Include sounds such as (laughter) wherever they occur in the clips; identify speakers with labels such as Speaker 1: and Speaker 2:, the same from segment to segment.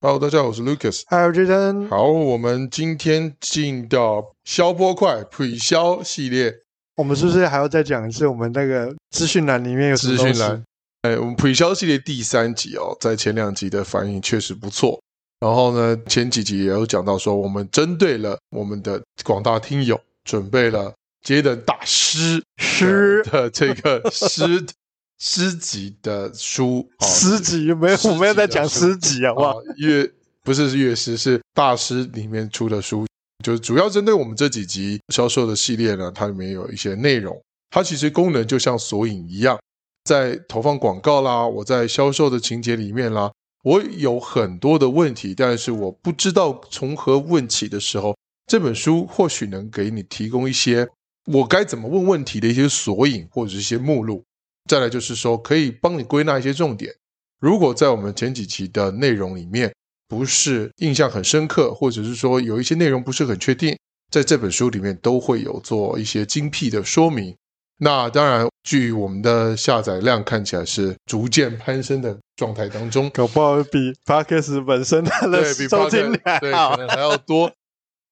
Speaker 1: Hello，大家好，我是 Lucas。
Speaker 2: 还有 j a
Speaker 1: 好，我们今天进到消波块 pre 消系列
Speaker 2: 我们是不是还要再讲一次？我们那个资讯栏里面有什
Speaker 1: 资
Speaker 2: 么东西
Speaker 1: 讯栏。哎，我们 pre 消系列第三集哦，在前两集的反应确实不错。然后呢，前几集也有讲到说，我们针对了我们的广大听友，准备了杰等大师
Speaker 2: 诗
Speaker 1: 的这个诗诗集的书，哦
Speaker 2: 诗集没有
Speaker 1: 诗集，
Speaker 2: 我们要再讲
Speaker 1: 的书
Speaker 2: 诗集好不好？
Speaker 1: 啊，乐不是是乐师，是大师里面出的书，就是主要针对我们这几集销售的系列呢，它里面有一些内容，它其实功能就像索引一样，在投放广告啦，我在销售的情节里面啦，我有很多的问题，但是我不知道从何问起的时候，这本书或许能给你提供一些我该怎么问问题的一些索引或者是一些目录。再来就是说，可以帮你归纳一些重点。如果在我们前几期的内容里面不是印象很深刻，或者是说有一些内容不是很确定，在这本书里面都会有做一些精辟的说明。那当然，据我们的下载量看起来是逐渐攀升的状态当中，
Speaker 2: 搞不好比 Podcast 本身它的
Speaker 1: 对比
Speaker 2: 收啊听
Speaker 1: Podcast，
Speaker 2: 量
Speaker 1: 对
Speaker 2: 还好
Speaker 1: 可。能还要多。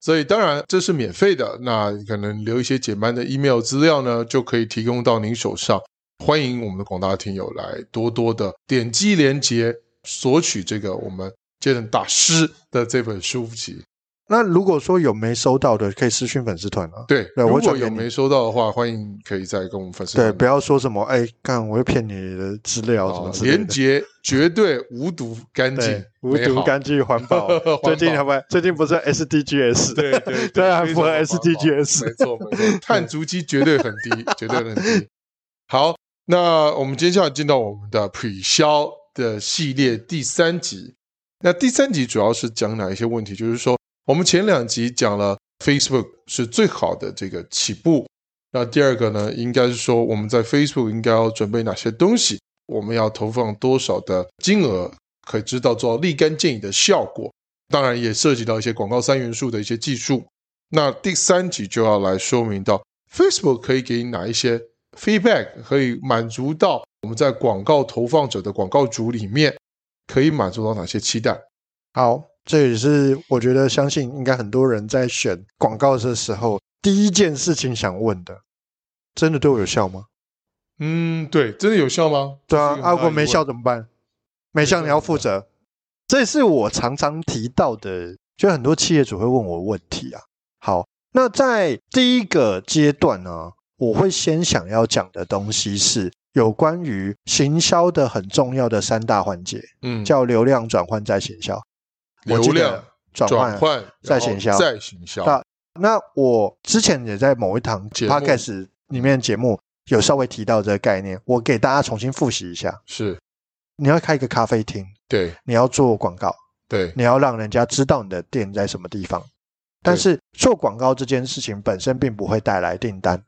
Speaker 1: 所以当然这是免费的，那可能留一些简单的 email 资料呢，就可以提供到您手上。欢迎我们的广大听友来多多的点击连接索取这个我们杰伦大师的这本书籍。
Speaker 2: 那如果说有没收到的，可以私讯粉丝团啊。
Speaker 1: 对，
Speaker 2: 对
Speaker 1: 如
Speaker 2: 我
Speaker 1: 果
Speaker 2: 转给
Speaker 1: 有
Speaker 2: 你
Speaker 1: 没收到的话，欢迎可以再跟我们啊粉丝
Speaker 2: 对，
Speaker 1: 团
Speaker 2: 不要说什么哎，干我又骗你的资料什么
Speaker 1: 啊
Speaker 2: 之类
Speaker 1: 连
Speaker 2: 的。
Speaker 1: 接绝对无毒干净
Speaker 2: 对，，无
Speaker 1: 美
Speaker 2: 毒
Speaker 1: 好
Speaker 2: 干净环
Speaker 1: (laughs)
Speaker 2: 保
Speaker 1: 环保。
Speaker 2: 最近好不好？最近不是 SDGs？
Speaker 1: 对对
Speaker 2: (laughs) 对啊还符合
Speaker 1: 非常的环保
Speaker 2: SDGs
Speaker 1: 没错没错，碳足迹绝对很低，绝对很低。好，那我们接下来进到我们的 pre 销的系列第三集。那第三集主要是讲哪一些问题？就是说，我们前两集讲了 Facebook 是最好的这个起步。那第二个呢，应该是说我们在 Facebook 应该要准备哪些东西，我们要投放多少的金额，可以知道做到立竿见影的效果。当然也涉及到一些广告三元素的一些技术。那第三集就要来说明到 Facebook 可以给你哪一些 feedback，可以满足到我们在广告投放者的广告主里面，可以满足到哪些期待？
Speaker 2: 好，这也是我觉得相信应该很多人在选广告的时候第一件事情想问的，真的对我有效吗？
Speaker 1: 嗯，对，真的有效吗？
Speaker 2: 对啊，
Speaker 1: 这是一个很大
Speaker 2: 啊，
Speaker 1: 的
Speaker 2: 如果没
Speaker 1: 疑问啊
Speaker 2: 效，怎么办？没效你要负责，这是我常常提到的，就很多企业主会问我问题啊。好，那在第一个阶段呢，我会先想要讲的东西是有关于行销的很重要的三大环节，
Speaker 1: 嗯，
Speaker 2: 叫流量转换再行销，我记
Speaker 1: 流
Speaker 2: 得
Speaker 1: 量
Speaker 2: 转换
Speaker 1: 转换
Speaker 2: 再
Speaker 1: 然后
Speaker 2: 行销
Speaker 1: 再行销，
Speaker 2: 大那我之前也在某一堂
Speaker 1: 节目
Speaker 2: podcast 里面节目有稍微提到这个概念，我给大家重新复习一下。
Speaker 1: 是
Speaker 2: 你要开一个咖啡厅，
Speaker 1: 对
Speaker 2: 你要做广告，
Speaker 1: 对
Speaker 2: 你要让人家知道你的店在什么地方。但是做广告这件事情本身并不会带来订单，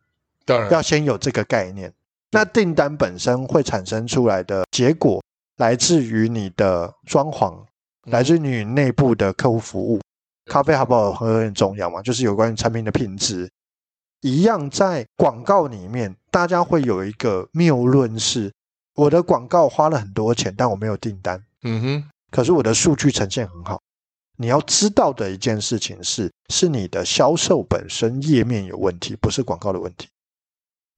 Speaker 1: 当然
Speaker 2: 要先有这个概念。那订单本身会产生出来的结果，来自于你的装潢，来自于你内部的客户服务。咖啡好不好喝很重要嘛，就是有关于产品的品质。一样在广告里面，大家会有一个谬论是：我的广告花了很多钱，但我没有订单，
Speaker 1: 嗯哼，
Speaker 2: 可是我的数据呈现很好。你要知道的一件事情是，是你的销售本身页面有问题，不是广告的问题。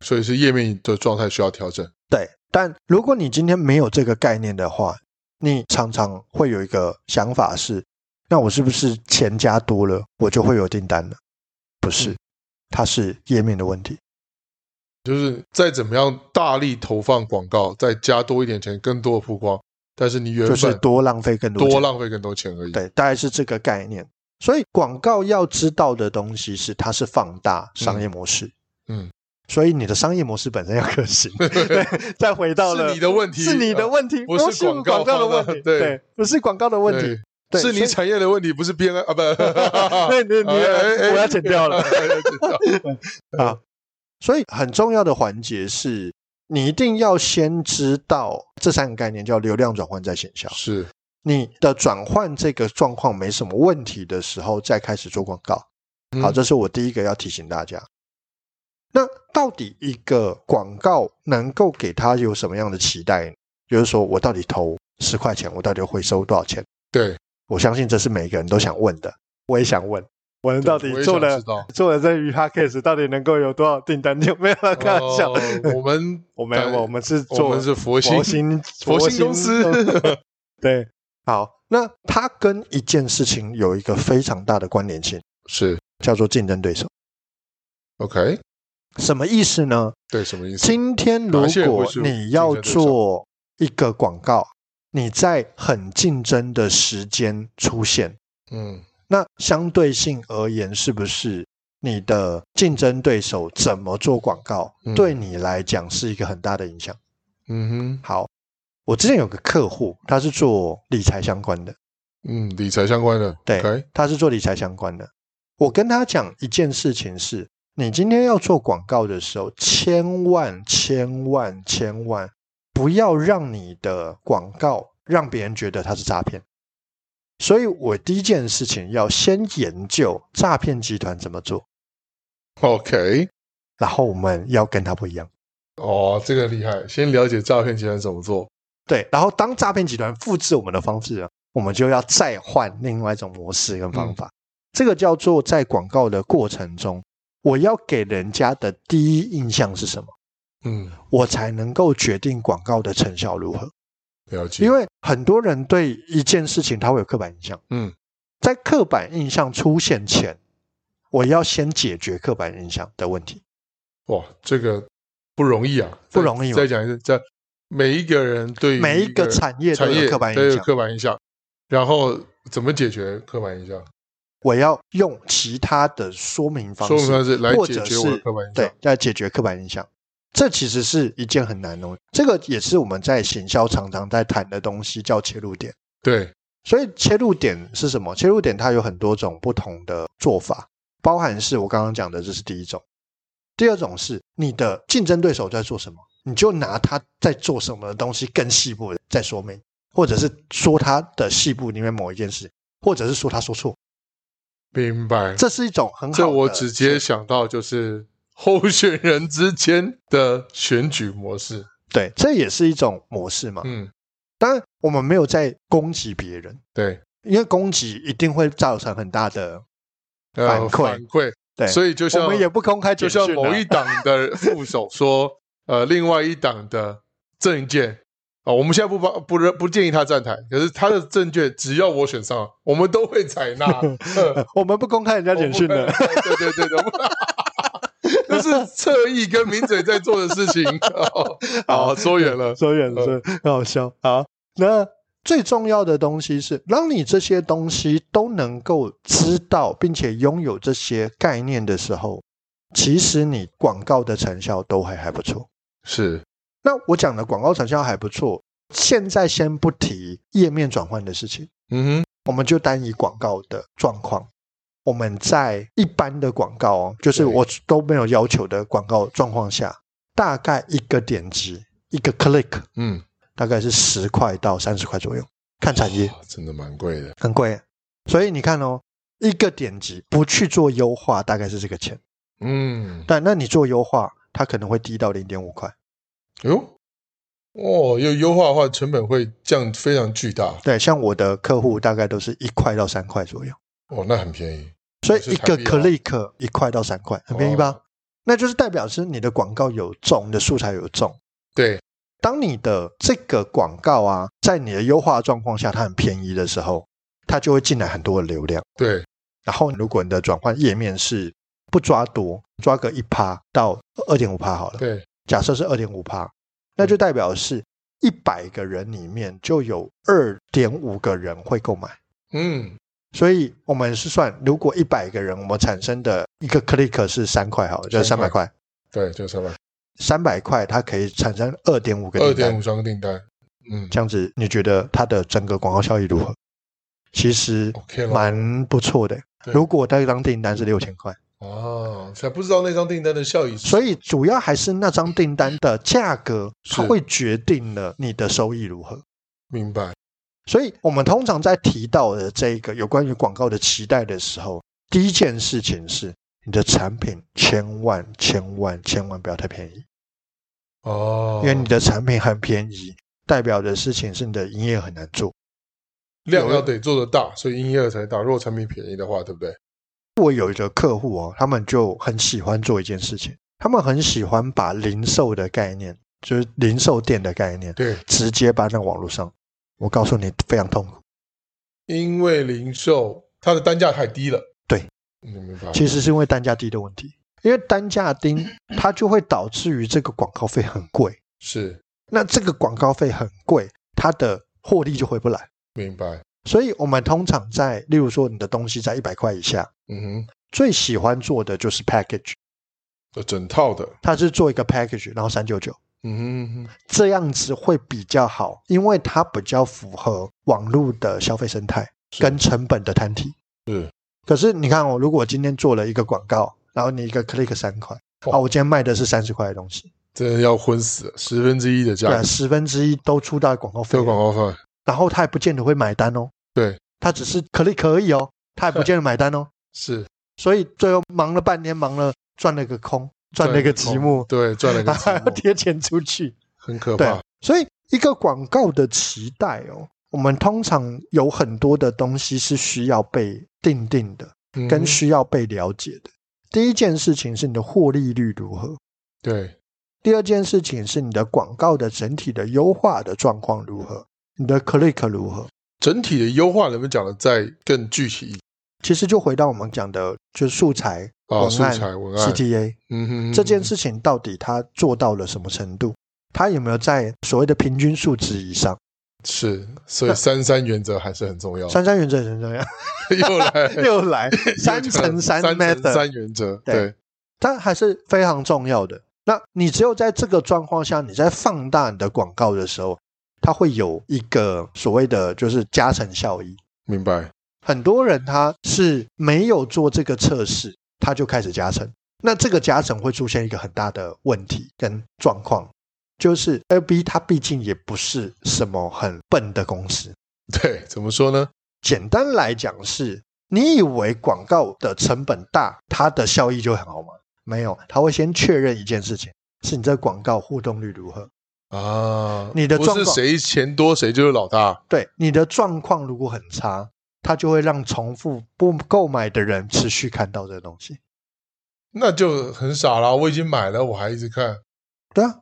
Speaker 1: 所以是页面的状态需要调整，
Speaker 2: 对，但如果你今天没有这个概念的话，你常常会有一个想法是：那我是不是钱加多了，我就会有订单了？不
Speaker 1: 嗯
Speaker 2: 是，它是页面的问题。
Speaker 1: 就是再怎么样大力投放广告，再加多一点钱，更多的曝光，但是你原
Speaker 2: 就是
Speaker 1: 本
Speaker 2: 多浪费更多
Speaker 1: 多
Speaker 2: 钱
Speaker 1: 浪费更多钱而已。
Speaker 2: 对，大概是这个概念。所以广告要知道的东西是，它是放大商业模式。
Speaker 1: 嗯嗯
Speaker 2: 所以你的商业模式本身要
Speaker 1: (laughs)
Speaker 2: 可行。对，再回到了
Speaker 1: 是你的问题，
Speaker 2: 是你的
Speaker 1: 啊
Speaker 2: 问题，
Speaker 1: 不是
Speaker 2: 是
Speaker 1: 广告
Speaker 2: 告的
Speaker 1: 放
Speaker 2: 问
Speaker 1: 大
Speaker 2: 题，
Speaker 1: 对
Speaker 2: 不是广告的问题，
Speaker 1: 对
Speaker 2: 对
Speaker 1: 是你
Speaker 2: 所以
Speaker 1: 产业的问题，不是偏
Speaker 2: (laughs)
Speaker 1: 啊不。 (laughs)
Speaker 2: 对你
Speaker 1: 哎
Speaker 2: 你我要剪掉了啊。所以很重要的环节是，你一定要先知道这三个概念，叫流量转换再显效。
Speaker 1: 是，
Speaker 2: 你的转换这个状况没什么问题的时候，再开始做广告。
Speaker 1: 嗯
Speaker 2: 好，这是我第一个要提醒大家。那到底一个广告能够给他有什么样的期待呢？就是说我到底投十块钱，我到底会收多少钱？
Speaker 1: 对，
Speaker 2: 我相信这是每个人都想问的，我也想问，我们到底
Speaker 1: 对我也
Speaker 2: 做
Speaker 1: 想
Speaker 2: 了
Speaker 1: 知道
Speaker 2: 做了这鱼 podcast 到底能够有多少订单？ (laughs) 有没有啦开玩笑？
Speaker 1: 哦我们
Speaker 2: 我们我们是
Speaker 1: 我
Speaker 2: (laughs) 做
Speaker 1: 们是佛心
Speaker 2: 佛心
Speaker 1: 佛心公司，
Speaker 2: (laughs) 对，好，那它跟一件事情有一个非常大的关联性，
Speaker 1: 是
Speaker 2: 叫做竞争对手。
Speaker 1: OK，
Speaker 2: 什么意思呢？
Speaker 1: 对，什么意思？
Speaker 2: 今天如
Speaker 1: 哪些人
Speaker 2: 果
Speaker 1: 会是
Speaker 2: 你要
Speaker 1: 竞争对手
Speaker 2: 做一个广告，你在很竞争的时间出现，
Speaker 1: 嗯，
Speaker 2: 那相对性而言，是不是你的竞争对手怎么做广告，
Speaker 1: 嗯
Speaker 2: 对你来讲是一个很大的影响？
Speaker 1: 嗯哼，
Speaker 2: 好，我之前有个客户，他是做理财相关的，
Speaker 1: 嗯，理财相关的，
Speaker 2: 对
Speaker 1: OK，
Speaker 2: 他是做理财相关的。我跟他讲一件事情是，你今天要做广告的时候，千万千万千万不要让你的广告让别人觉得它是诈骗。所以我第一件事情要先研究诈骗集团怎么做，
Speaker 1: OK，
Speaker 2: 然后我们要跟他不一样。
Speaker 1: 哦，这个厉害，先了解诈骗集团怎么做。
Speaker 2: 对，然后当诈骗集团复制我们的方式了，我们就要再换另外一种模式跟方
Speaker 1: 嗯
Speaker 2: 法。这个叫做在广告的过程中，我要给人家的第一印象是什么，
Speaker 1: 嗯，
Speaker 2: 我才能够决定广告的成效如何。
Speaker 1: 了解。
Speaker 2: 因
Speaker 1: 为
Speaker 2: 为很多人对一件事情他会有刻板印象，
Speaker 1: 嗯，
Speaker 2: 在刻板印象出现前，我要先解决刻板印象的问题。
Speaker 1: 哇，这个不容易啊，
Speaker 2: 不
Speaker 1: 再
Speaker 2: 容易嘛
Speaker 1: 再讲一次，在每一个人对于
Speaker 2: 每
Speaker 1: 一
Speaker 2: 一个产业都
Speaker 1: 产
Speaker 2: 有
Speaker 1: 业
Speaker 2: 刻板
Speaker 1: 都
Speaker 2: 印
Speaker 1: 有
Speaker 2: 象，
Speaker 1: 刻板印象，然后怎么解决刻板印象？
Speaker 2: 我要用其他的说明方
Speaker 1: 说明
Speaker 2: 式
Speaker 1: 方式来
Speaker 2: 或
Speaker 1: 解
Speaker 2: 者
Speaker 1: 决我的
Speaker 2: 是
Speaker 1: 刻板印
Speaker 2: 对
Speaker 1: 象。，
Speaker 2: 要解决刻板印象，这其实是一件很难的东西。这个也是我们在行销常常在谈的东西，叫切入点。
Speaker 1: 对，
Speaker 2: 所以切入点是什么？切入点它有很多种不同的做法，包含是我刚刚讲的，这是第一种。第二种是你的竞争对手在做什么，你就拿他在做什么的东西更细部的再说明，或者是说他的细部里面某一件事，或者是说他说错，
Speaker 1: 明白。
Speaker 2: 这是一种很好的。
Speaker 1: 这我直接想到就是候选人之间的选举模式。
Speaker 2: 对，这也是一种模式嘛。
Speaker 1: 嗯，
Speaker 2: 当然，我们没有在攻击别人，
Speaker 1: 对，
Speaker 2: 因为攻击一定会造成很大的。
Speaker 1: 呃
Speaker 2: 反馈
Speaker 1: 反馈，
Speaker 2: 对
Speaker 1: 所以就像
Speaker 2: 我们也不公开
Speaker 1: 就
Speaker 2: 简讯、啊，
Speaker 1: 像某一党的副手说，呃，另外一党的证件啊、我们现在不帮不不建议他站台，可是他的证件只要我选上了，我们都会采
Speaker 2: (laughs)
Speaker 1: 纳。呃
Speaker 2: (laughs) 我们不公开人家简讯啊的
Speaker 1: 我，不会对对对对。我不那是侧翼跟名嘴在做的事情。哦好，说远了。
Speaker 2: 说远
Speaker 1: 嗯
Speaker 2: 了，说远了很好笑。好，那最重要的东西是，让你这些东西都能够知道，并且拥有这些概念的时候，其实你广告的成效都还还不错。
Speaker 1: 是，
Speaker 2: 那我讲的广告成效还不错，现在先不提页面转换的事情。
Speaker 1: 嗯哼，
Speaker 2: 我们就单以广告的状况，我们在一般的广告哦，就是
Speaker 1: 对
Speaker 2: 我都没有要求的广告状况下，大概一个点击一个 click，
Speaker 1: 嗯，
Speaker 2: 大概是十块到三十块左右，看产业
Speaker 1: 哇真的蛮贵的。
Speaker 2: 很贵，所以你看哦，一个点击不去做优化，大概是这个钱，
Speaker 1: 嗯，
Speaker 2: 但那你做优化，它可能会低到零点五块。
Speaker 1: 哟，哎哦，要优化的话，成本会降非常巨大。
Speaker 2: 对，像我的客户大概都是一块到三块左右。
Speaker 1: 哦，那很便宜。
Speaker 2: 所以
Speaker 1: 是
Speaker 2: 一
Speaker 1: 台
Speaker 2: 个
Speaker 1: 币啊
Speaker 2: click 一块到三块，很便宜吧？
Speaker 1: 哦
Speaker 2: 那就是代表是你的广告有中，你的素材有中。
Speaker 1: 对，
Speaker 2: 当你的这个广告啊，在你的优化状况下，它很便宜的时候，它就会进来很多的流量。
Speaker 1: 对，
Speaker 2: 然后，如果你的转换页面是不抓多，抓个一趴到二点五趴好了，
Speaker 1: 对，嗯
Speaker 2: 假设是二点五趴，那就代表是一百个人里面就有二点五个人会购买。
Speaker 1: 嗯，
Speaker 2: 所以我们是算，如果一百个人，我们产生的一个 click 是三块，好了，就是三
Speaker 1: 300
Speaker 2: 百块，
Speaker 1: 对，就三百
Speaker 2: 三百块它可以产生二点五个
Speaker 1: 二
Speaker 2: 订
Speaker 1: 点
Speaker 2: 单
Speaker 1: 五，双订单，嗯
Speaker 2: 这样子你觉得它的整个广告效益如何？其实
Speaker 1: ，OK 了。
Speaker 2: 蛮不错的。
Speaker 1: 对
Speaker 2: 如果那张订单是六千块，
Speaker 1: 哦，才不知道那张订单的效益是。
Speaker 2: 所以主要还是那张订单的价格，
Speaker 1: 是
Speaker 2: 它会决定了你的收益如何。
Speaker 1: 明白，
Speaker 2: 所以我们通常在提到的这个有关于广告的期待的时候，第一件事情是你的产品千万千万千万不要太便宜，
Speaker 1: 哦，
Speaker 2: 因为你的产品很便宜，代表的事情是你的营业很难做。
Speaker 1: 量
Speaker 2: 有
Speaker 1: 要得做得大，所以营业额才大。如果产品便宜的话，对不对？
Speaker 2: 我有一个客户哦，他们就很喜欢做一件事情，他们很喜欢把零售的概念，就是零售店的概念，
Speaker 1: 对，
Speaker 2: 直接搬到网络上。我告诉你，非常痛苦。
Speaker 1: 因为零售它的单价太低了。
Speaker 2: 对，
Speaker 1: 你明白？
Speaker 2: 其实是因为单价低的问题，因为单价低，它就会导致于这个广告费很贵。
Speaker 1: 是
Speaker 2: 那这个广告费很贵，它的获利就回不来。
Speaker 1: 明白。
Speaker 2: 所以我们通常在，例如说你的东西在一百块以下，
Speaker 1: 嗯哼，
Speaker 2: 最喜欢做的就是 package，
Speaker 1: 这整套的。
Speaker 2: 它是做一个 package，然后三九九，
Speaker 1: 嗯哼，
Speaker 2: 这样子会比较好，因为它比较符合网络的消费生态
Speaker 1: 是
Speaker 2: 跟成本的摊体。
Speaker 1: 是
Speaker 2: 可是你看哦，如果我今天做了一个广告，然后你一个 click 三块，
Speaker 1: 哦
Speaker 2: 啊，我今天卖的是三十块的东西，
Speaker 1: 真的要昏死了，十分之一的
Speaker 2: 对、
Speaker 1: 价
Speaker 2: 啊，
Speaker 1: 格，
Speaker 2: 十分之一都出到广告费
Speaker 1: 这个，广告费。
Speaker 2: 然后他也不见得会买单哦。
Speaker 1: 对，
Speaker 2: 他只是 click 而已哦，他也不见得买单哦。
Speaker 1: 是
Speaker 2: 所以最后忙了半天，忙了赚了个空，赚了个积木，
Speaker 1: 对，赚了一个积
Speaker 2: 还要 (laughs)
Speaker 1: 木，
Speaker 2: 贴钱出去。
Speaker 1: 很可
Speaker 2: 对啊
Speaker 1: 怕。，
Speaker 2: 所以一个广告的期待哦，我们通常有很多的东西是需要被定定的，
Speaker 1: 嗯
Speaker 2: 跟需要被了解的。第一件事情是你的获利率如何，
Speaker 1: 对
Speaker 2: 第二件事情是你的广告的整体的优化的状况如何，你的 click 如何。
Speaker 1: 整体的优化，能不能讲的再更具体一点
Speaker 2: 其实就回到我们讲的，就是素材、
Speaker 1: 啊？
Speaker 2: 文
Speaker 1: 素
Speaker 2: 案、
Speaker 1: 材文案，
Speaker 2: CTA
Speaker 1: 嗯哼，
Speaker 2: 这件
Speaker 1: 嗯
Speaker 2: 事情到底它做到了什么程度？它有没有在所谓的平均数值以上？
Speaker 1: 是，所以
Speaker 2: 那
Speaker 1: 三三原则还是很重要。
Speaker 2: 三三原则很重要，
Speaker 1: (laughs) 又来
Speaker 2: 又
Speaker 1: (laughs)
Speaker 2: 来 (laughs) 三乘
Speaker 1: 三
Speaker 2: 三
Speaker 1: 乘
Speaker 2: method，
Speaker 1: 三原则，
Speaker 2: 对
Speaker 1: 对，
Speaker 2: 它还是非常重要的。那你只有在这个状况下，你在放大你的广告的时候，它会有一个所谓的就是加成效益。
Speaker 1: 明白。
Speaker 2: 很多人他是没有做这个测试，他就开始加成。那这个加成会出现一个很大的问题跟状况，就是 L B 它毕竟也不是什么很笨的公司。
Speaker 1: 对，怎么说呢？
Speaker 2: 简单来讲是，你以为广告的成本大，它的效益就很好吗？没有，他会先确认一件事情，是你这广告互动率如何。
Speaker 1: 啊，
Speaker 2: 你的
Speaker 1: 不
Speaker 2: 状
Speaker 1: 是
Speaker 2: 况
Speaker 1: 谁钱多谁就是老大，
Speaker 2: 对你的状况如果很差，它就会让重复不购买的人持续看到这个东西。
Speaker 1: 那就很傻啦。我已经买了，我还一直看，
Speaker 2: 对啊，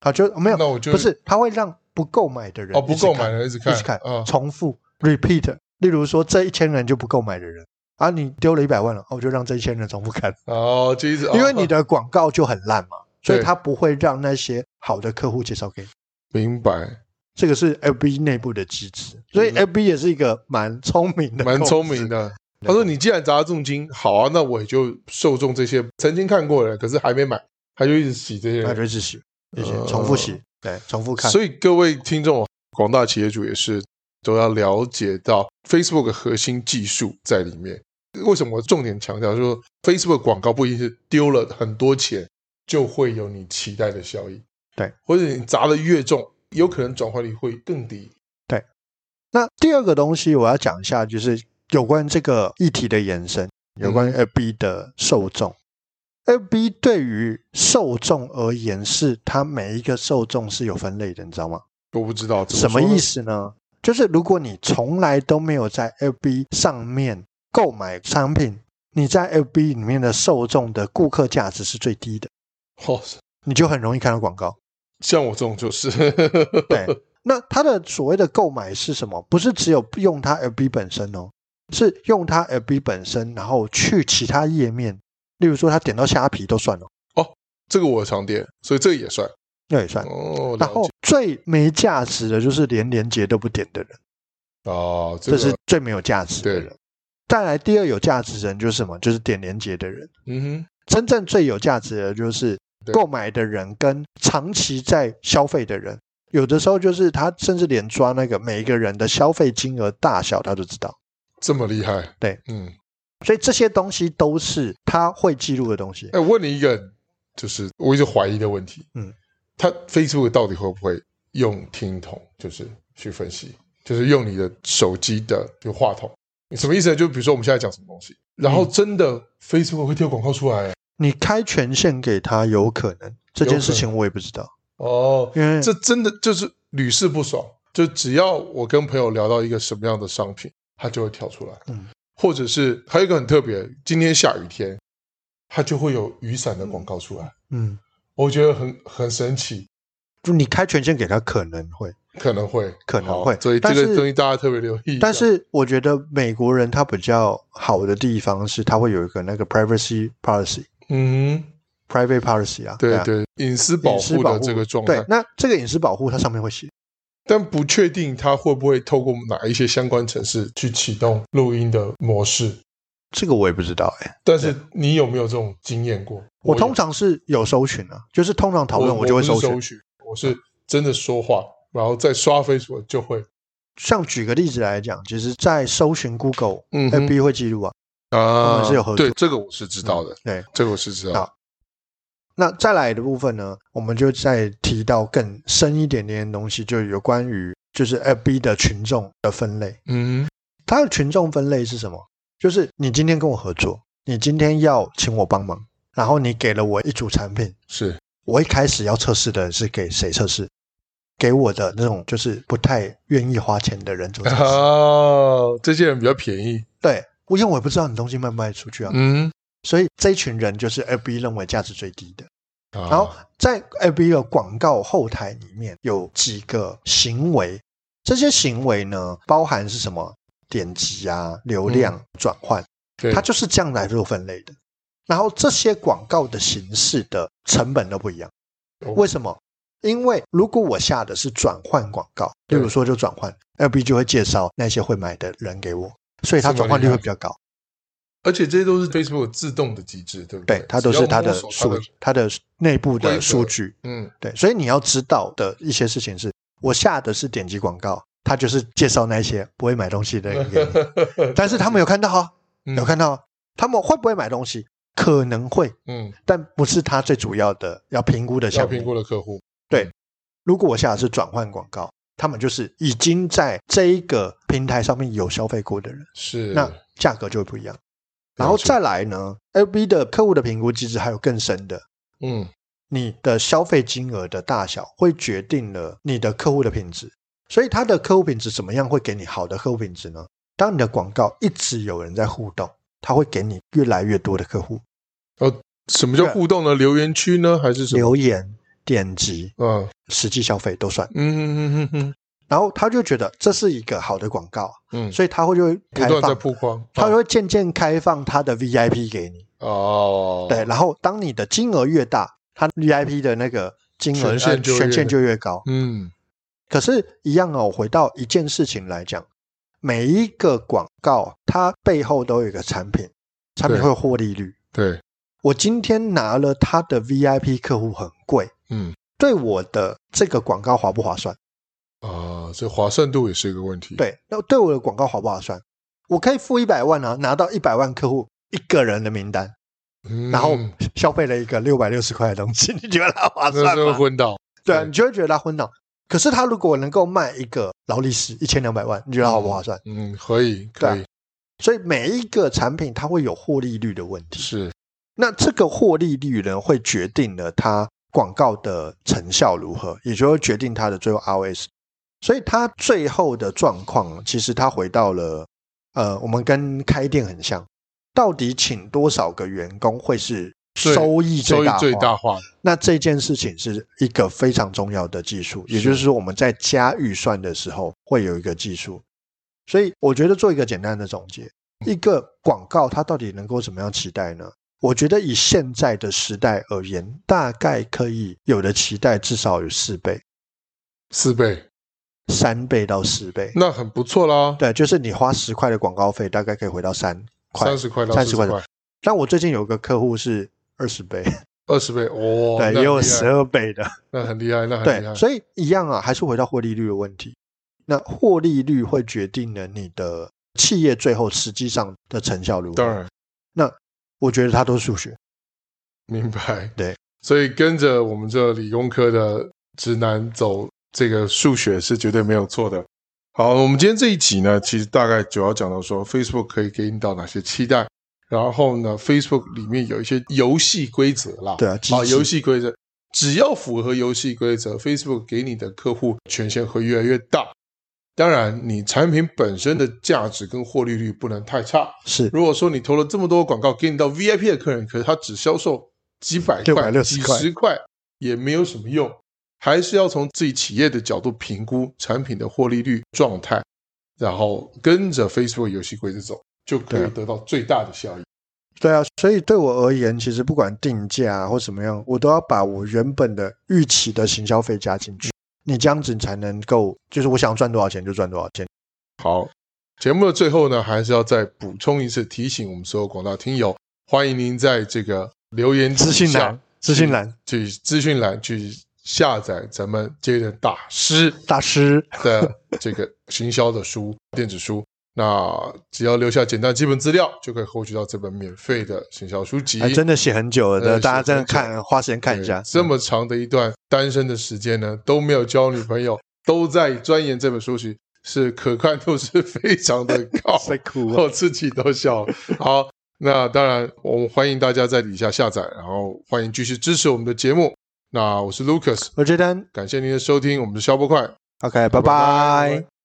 Speaker 2: 他就没有，
Speaker 1: 那我就
Speaker 2: 不是，他会让不购买的人
Speaker 1: 哦，不
Speaker 2: 一直
Speaker 1: 购
Speaker 2: 看
Speaker 1: 买了一直
Speaker 2: 一
Speaker 1: 看，
Speaker 2: 直看
Speaker 1: 啊，
Speaker 2: 重复 repeat。例如说这一千人就不购买的人啊，你丢了一百万了，哦我就让这一千人重复看，
Speaker 1: 哦，就一直，
Speaker 2: 因为
Speaker 1: 哦
Speaker 2: 你的广告就很烂嘛，所以
Speaker 1: 对
Speaker 2: 他不会让那些好的客户介绍给你。
Speaker 1: 明白，
Speaker 2: 这个是 FB 内部的机制，所以
Speaker 1: 嗯
Speaker 2: FB 也是一个蛮聪明的，
Speaker 1: 蛮聪明。的。他说：“你既然砸了重金，好啊，那我也就受众这些曾经看过的人，可是还没买，他就一直洗这些
Speaker 2: 那
Speaker 1: 人。
Speaker 2: 就一直洗，一直
Speaker 1: 呃
Speaker 2: 重复洗，对，重复看。
Speaker 1: 所以各位听众，广大企业主也是都要了解到 Facebook 的核心技术在里面。为什么我重点强调说 Facebook 广告不一定是丢了很多钱就会有你期待的效益，
Speaker 2: 对，
Speaker 1: 或者你砸的越重，有可能转化率会更低。
Speaker 2: 那第二个东西我要讲一下，就是有关这个议题的延伸，有
Speaker 1: 嗯
Speaker 2: 关于 FB 的受众。FB 对于受众而言，是它每一个受众是有分类的，你知道吗？
Speaker 1: 我不知道怎
Speaker 2: 什么
Speaker 1: 说呢
Speaker 2: 意？思呢？就是如果你从来都没有在 FB 上面购买商品，你在 FB 里面的受众的顾客价值是最低的，
Speaker 1: 哦，
Speaker 2: 你就很容易看到广告。
Speaker 1: 像我这种就是， (laughs)
Speaker 2: 对，那它的所谓的购买是什么？不是只有用它 FB 本身哦，是用它 FB 本身，然后去其他页面，例如说他点到虾皮都算了，哦
Speaker 1: 这个我常点，所以这个也算
Speaker 2: 那也算。
Speaker 1: 哦。
Speaker 2: 然后最没价值的就是连连接都不点的人，
Speaker 1: 啊，哦这
Speaker 2: 这
Speaker 1: 个
Speaker 2: 是最没有价值的人
Speaker 1: 对。
Speaker 2: 再来第二有价值的人就是什么？就是点连接的人。
Speaker 1: 嗯
Speaker 2: 真正最有价值的就是
Speaker 1: 对
Speaker 2: 购买的人跟长期在消费的人，有的时候就是他甚至连抓那个每一个人的消费金额大小他都知道。
Speaker 1: 哼，这么厉害，
Speaker 2: 对，
Speaker 1: 嗯。
Speaker 2: 所以这些东西都是他会记录的东西。
Speaker 1: 哎，问你一个，就是我一直怀疑的问题，
Speaker 2: 嗯，
Speaker 1: 他 Facebook 到底会不会用听筒，就是去分析，就是用你的手机的就话筒，什么意思呢？就比如说我们现在讲什么东西，然
Speaker 2: 嗯
Speaker 1: 后真的 Facebook 会跳广告出来，
Speaker 2: 你开权限给他，有可能这件事情我也不知道，
Speaker 1: 哦，
Speaker 2: 因为
Speaker 1: 这真的就是屡试不爽，就只要我跟朋友聊到一个什么样的商品，它就会跳出来。
Speaker 2: 嗯，
Speaker 1: 或者是还有一个很特别，今天下雨天，它就会有雨伞的广告出来，
Speaker 2: 嗯，
Speaker 1: 我觉得很很神奇，
Speaker 2: 就你开权限给他可能会，
Speaker 1: 可能会
Speaker 2: 可能
Speaker 1: 好
Speaker 2: 会
Speaker 1: 所以这
Speaker 2: 但
Speaker 1: 个
Speaker 2: 是
Speaker 1: 东西大家特别留意一下。
Speaker 2: 但是我觉得美国人他比较好的地方是，他会有一个那个 privacy policy、
Speaker 1: 嗯，
Speaker 2: private policy 啊，
Speaker 1: 对
Speaker 2: 啊，
Speaker 1: 对，隐私保
Speaker 2: 隐私
Speaker 1: 护
Speaker 2: 保
Speaker 1: 的
Speaker 2: 护
Speaker 1: 这个状态
Speaker 2: 对，，那这个隐私保护它上面会写，
Speaker 1: 但不确定它会不会透过哪一些相关城市去启动录音的模式。
Speaker 2: 这个我也不知道哎、
Speaker 1: 但是你有没有这种经验过？
Speaker 2: 我
Speaker 1: 有
Speaker 2: 通常是有搜寻啊，就是通常讨论
Speaker 1: 我
Speaker 2: 就会
Speaker 1: 不
Speaker 2: 搜
Speaker 1: 是
Speaker 2: 寻。
Speaker 1: 搜寻，我是真的说话，然后再刷 Facebook 就会
Speaker 2: 像举个例子来讲，其实，在搜寻 Google、
Speaker 1: 嗯哼
Speaker 2: FB 会记录啊。
Speaker 1: 啊
Speaker 2: 们是有合作
Speaker 1: 对，这个我是知道的，
Speaker 2: 对，
Speaker 1: 这个我是知道的。
Speaker 2: 好那再来的部分呢，我们就再提到更深一点点的东西，就有关于就是 FB 的群众的分类。
Speaker 1: 嗯，
Speaker 2: 它的群众分类是什么？就是你今天跟我合作，你今天要请我帮忙，然后你给了我一组产品，
Speaker 1: 是
Speaker 2: 我一开始要测试的是给谁测试？给我的那种就是不太愿意花钱的人做测试。
Speaker 1: (laughs) 哦，这些人比较便宜。
Speaker 2: 对，我因为我也不知道你东西卖不卖出去啊，
Speaker 1: 嗯，
Speaker 2: 所以这一群人就是 FB 认为价值最低的。
Speaker 1: 然
Speaker 2: 然后在 FB 的广告后台里面有几个行为，这些行为呢包含是什么？点击啊、流量、转换，
Speaker 1: 嗯对
Speaker 2: 它就是这样来做分类的。然后这些广告的形式的成本都不一样
Speaker 1: 哦，
Speaker 2: 为什么？因为如果我下的是转换广告，例
Speaker 1: 对
Speaker 2: 如说就转换，FB 就会介绍那些会买的人给我，所以它
Speaker 1: 这么
Speaker 2: 转换
Speaker 1: 厉
Speaker 2: 率会
Speaker 1: 害
Speaker 2: 比较高。
Speaker 1: 而且这些都是 Facebook 自动的机制，对不
Speaker 2: 对，它都是它的
Speaker 1: 只要摸索它
Speaker 2: 数，它的内部
Speaker 1: 规
Speaker 2: 的
Speaker 1: 则
Speaker 2: 数据。
Speaker 1: 嗯，
Speaker 2: 对，所以你要知道的一些事情是，我下的是点击广告，它就是介绍那些不会买东
Speaker 1: (laughs)
Speaker 2: 西的人给你，但是他们有看到啊，
Speaker 1: 有
Speaker 2: 有看到啊，他们会不会买东西？可能会，
Speaker 1: 嗯，
Speaker 2: 但不是他最主要的要评估的
Speaker 1: 要
Speaker 2: 项
Speaker 1: 评
Speaker 2: 目。
Speaker 1: 估的客户，
Speaker 2: 如果我下的是转换广告，他们就是已经在这一个平台上面有消费过的人，
Speaker 1: 是
Speaker 2: 那价格就会不一样。然后
Speaker 1: 了解
Speaker 2: 再来呢，FB 的客户的评估机制还有更深的，
Speaker 1: 嗯
Speaker 2: 你的消费金额的大小会决定了你的客户的品质，所以他的客户品质怎么样会给你好的客户品质呢？当你的广告一直有人在互动，他会给你越来越多的客户
Speaker 1: 什么叫
Speaker 2: 对啊
Speaker 1: 互动呢？留言区呢，还是什么？
Speaker 2: 留言、点击、
Speaker 1: 嗯
Speaker 2: 实际消费都算。
Speaker 1: 嗯嗯嗯嗯
Speaker 2: 然后他就觉得这是一个好的广告，
Speaker 1: 嗯，
Speaker 2: 所以他会就会
Speaker 1: 不
Speaker 2: 开
Speaker 1: 断在
Speaker 2: 放，
Speaker 1: 曝光，
Speaker 2: 他会渐渐开放他的 VIP 给你。
Speaker 1: 哦，
Speaker 2: 对，，然后当你的金额越大，他 VIP 的那个金额
Speaker 1: 权限
Speaker 2: 呃
Speaker 1: 就越
Speaker 2: 权限就越高。
Speaker 1: 嗯，
Speaker 2: 可是，一样哦，回到一件事情来讲，每一个广告它背后都有一个产品，产品
Speaker 1: 对
Speaker 2: 会有获利率。
Speaker 1: 对，
Speaker 2: 我今天拿了他的 VIP 客户很贵，
Speaker 1: 嗯
Speaker 2: 对我的这个广告划不划算？
Speaker 1: 啊，这划算度也是一个问题，，
Speaker 2: 对，那对我的广告划不划算？我可以付一百万啊，拿到一百万客户一个人的名单，
Speaker 1: 嗯
Speaker 2: 然后消费了一个六百六十块的东西， (laughs) 你觉得它划
Speaker 1: 那
Speaker 2: 算
Speaker 1: 时候
Speaker 2: 吗？
Speaker 1: 昏倒，
Speaker 2: 对啊，你就会觉得它昏倒。可是他如果能够卖一个劳力士一千两百万，你觉得划不划算？
Speaker 1: 嗯，可以，
Speaker 2: 对啊
Speaker 1: 可以，
Speaker 2: 所以每一个产品它会有获利率的问题。
Speaker 1: 是，
Speaker 2: 那这个获利率呢，会决定了它广告的成效如何，也就会决定它的最后 ROS。所以它最后的状况，其实它回到了，呃，我们跟开店很像，到底请多少个员工会是
Speaker 1: 最
Speaker 2: 收益
Speaker 1: 收
Speaker 2: 最
Speaker 1: 益
Speaker 2: 大化？
Speaker 1: 最大化，
Speaker 2: 那这件事情是一个非常重要的技术，
Speaker 1: 是
Speaker 2: 也就是说我们在加预算的时候会有一个技术。所以我觉得做一个简单的总结，一个广告它到底能够怎么样期待呢？我觉得以现在的时代而言，大概可以有的期待至少有四倍、
Speaker 1: 四倍，
Speaker 2: 三倍到四倍。
Speaker 1: 那很不错啦，
Speaker 2: 对，就是你花十块的广告费，大概可以回到三块
Speaker 1: 三。十块到
Speaker 2: 30
Speaker 1: 40
Speaker 2: 块
Speaker 1: 块，
Speaker 2: 但我最近有个客户是二十倍，
Speaker 1: 二十倍，哦，
Speaker 2: 对，
Speaker 1: 那
Speaker 2: 也有
Speaker 1: 很厉害
Speaker 2: 十，二倍的。
Speaker 1: 那很厉害，那很厉害
Speaker 2: 对，，所以一样啊，还是回到获利率的问题。那获利率会决定了你的企业最后实际上的成效如何。
Speaker 1: 当，然。
Speaker 2: 我觉得它都是数学。
Speaker 1: 明白，
Speaker 2: 对，
Speaker 1: 所以跟着我们这理工科的直男走，这个数学是绝对没有错的。好，我们今天这一集呢，其实大概主要讲到说，Facebook 可以给你到哪些期待，然后呢，Facebook 里面有一些游戏规则啦，
Speaker 2: 对啊机
Speaker 1: 啊，
Speaker 2: 制
Speaker 1: 游戏规则，只要符合游戏规则，Facebook 给你的客户权限会越来越大。当然，你产品本身的价值跟获利率不能太差。
Speaker 2: 是
Speaker 1: 如果说你投了这么多广告，给你到 VIP 的客人，可是他只销售几百块、
Speaker 2: 660
Speaker 1: 几
Speaker 2: 块
Speaker 1: 十块，也没有什么用。还是要从自己企业的角度评估产品的获利率状态，然后跟着 Facebook 游戏规则走，就可
Speaker 2: 对
Speaker 1: 以得到最大的效益。
Speaker 2: 对啊，所以对我而言，其实不管定价、啊、或怎么样，我都要把我原本的预期的行销费加进去。你这样子才能够，就是我想赚多少钱就赚多少
Speaker 1: (laughs)
Speaker 2: 钱。
Speaker 1: 好，节目的最后呢，还是要再补充一次提醒我们所有广大听友，欢迎您在这个留言
Speaker 2: 资讯
Speaker 1: 下
Speaker 2: 栏，资讯栏
Speaker 1: 去资讯栏去下载咱们这个大师
Speaker 2: 大师，
Speaker 1: 的这个行销的书， (laughs) 电子书。那只要留下简单基本资料，就可以获取到这本免费的行销书籍。
Speaker 2: 哎，真的写很久了，
Speaker 1: 呃
Speaker 2: 大家
Speaker 1: 写
Speaker 2: 真的
Speaker 1: 很久
Speaker 2: 看，花时间看一下。
Speaker 1: 对。这么长的一段单身的时间呢，都没有交女朋友，都在钻研这本书籍，是可看度是非常的高
Speaker 2: (laughs) 太酷了，
Speaker 1: (laughs) 我自己都笑
Speaker 2: (laughs)
Speaker 1: 了。好，那当然，我们欢迎大家在底下下载，然后欢迎继续支持我们的节目。那我是 Lucas，
Speaker 2: 我觉得
Speaker 1: 感谢您的收听，我们是消波快，
Speaker 2: OK，
Speaker 1: 拜
Speaker 2: 拜拜。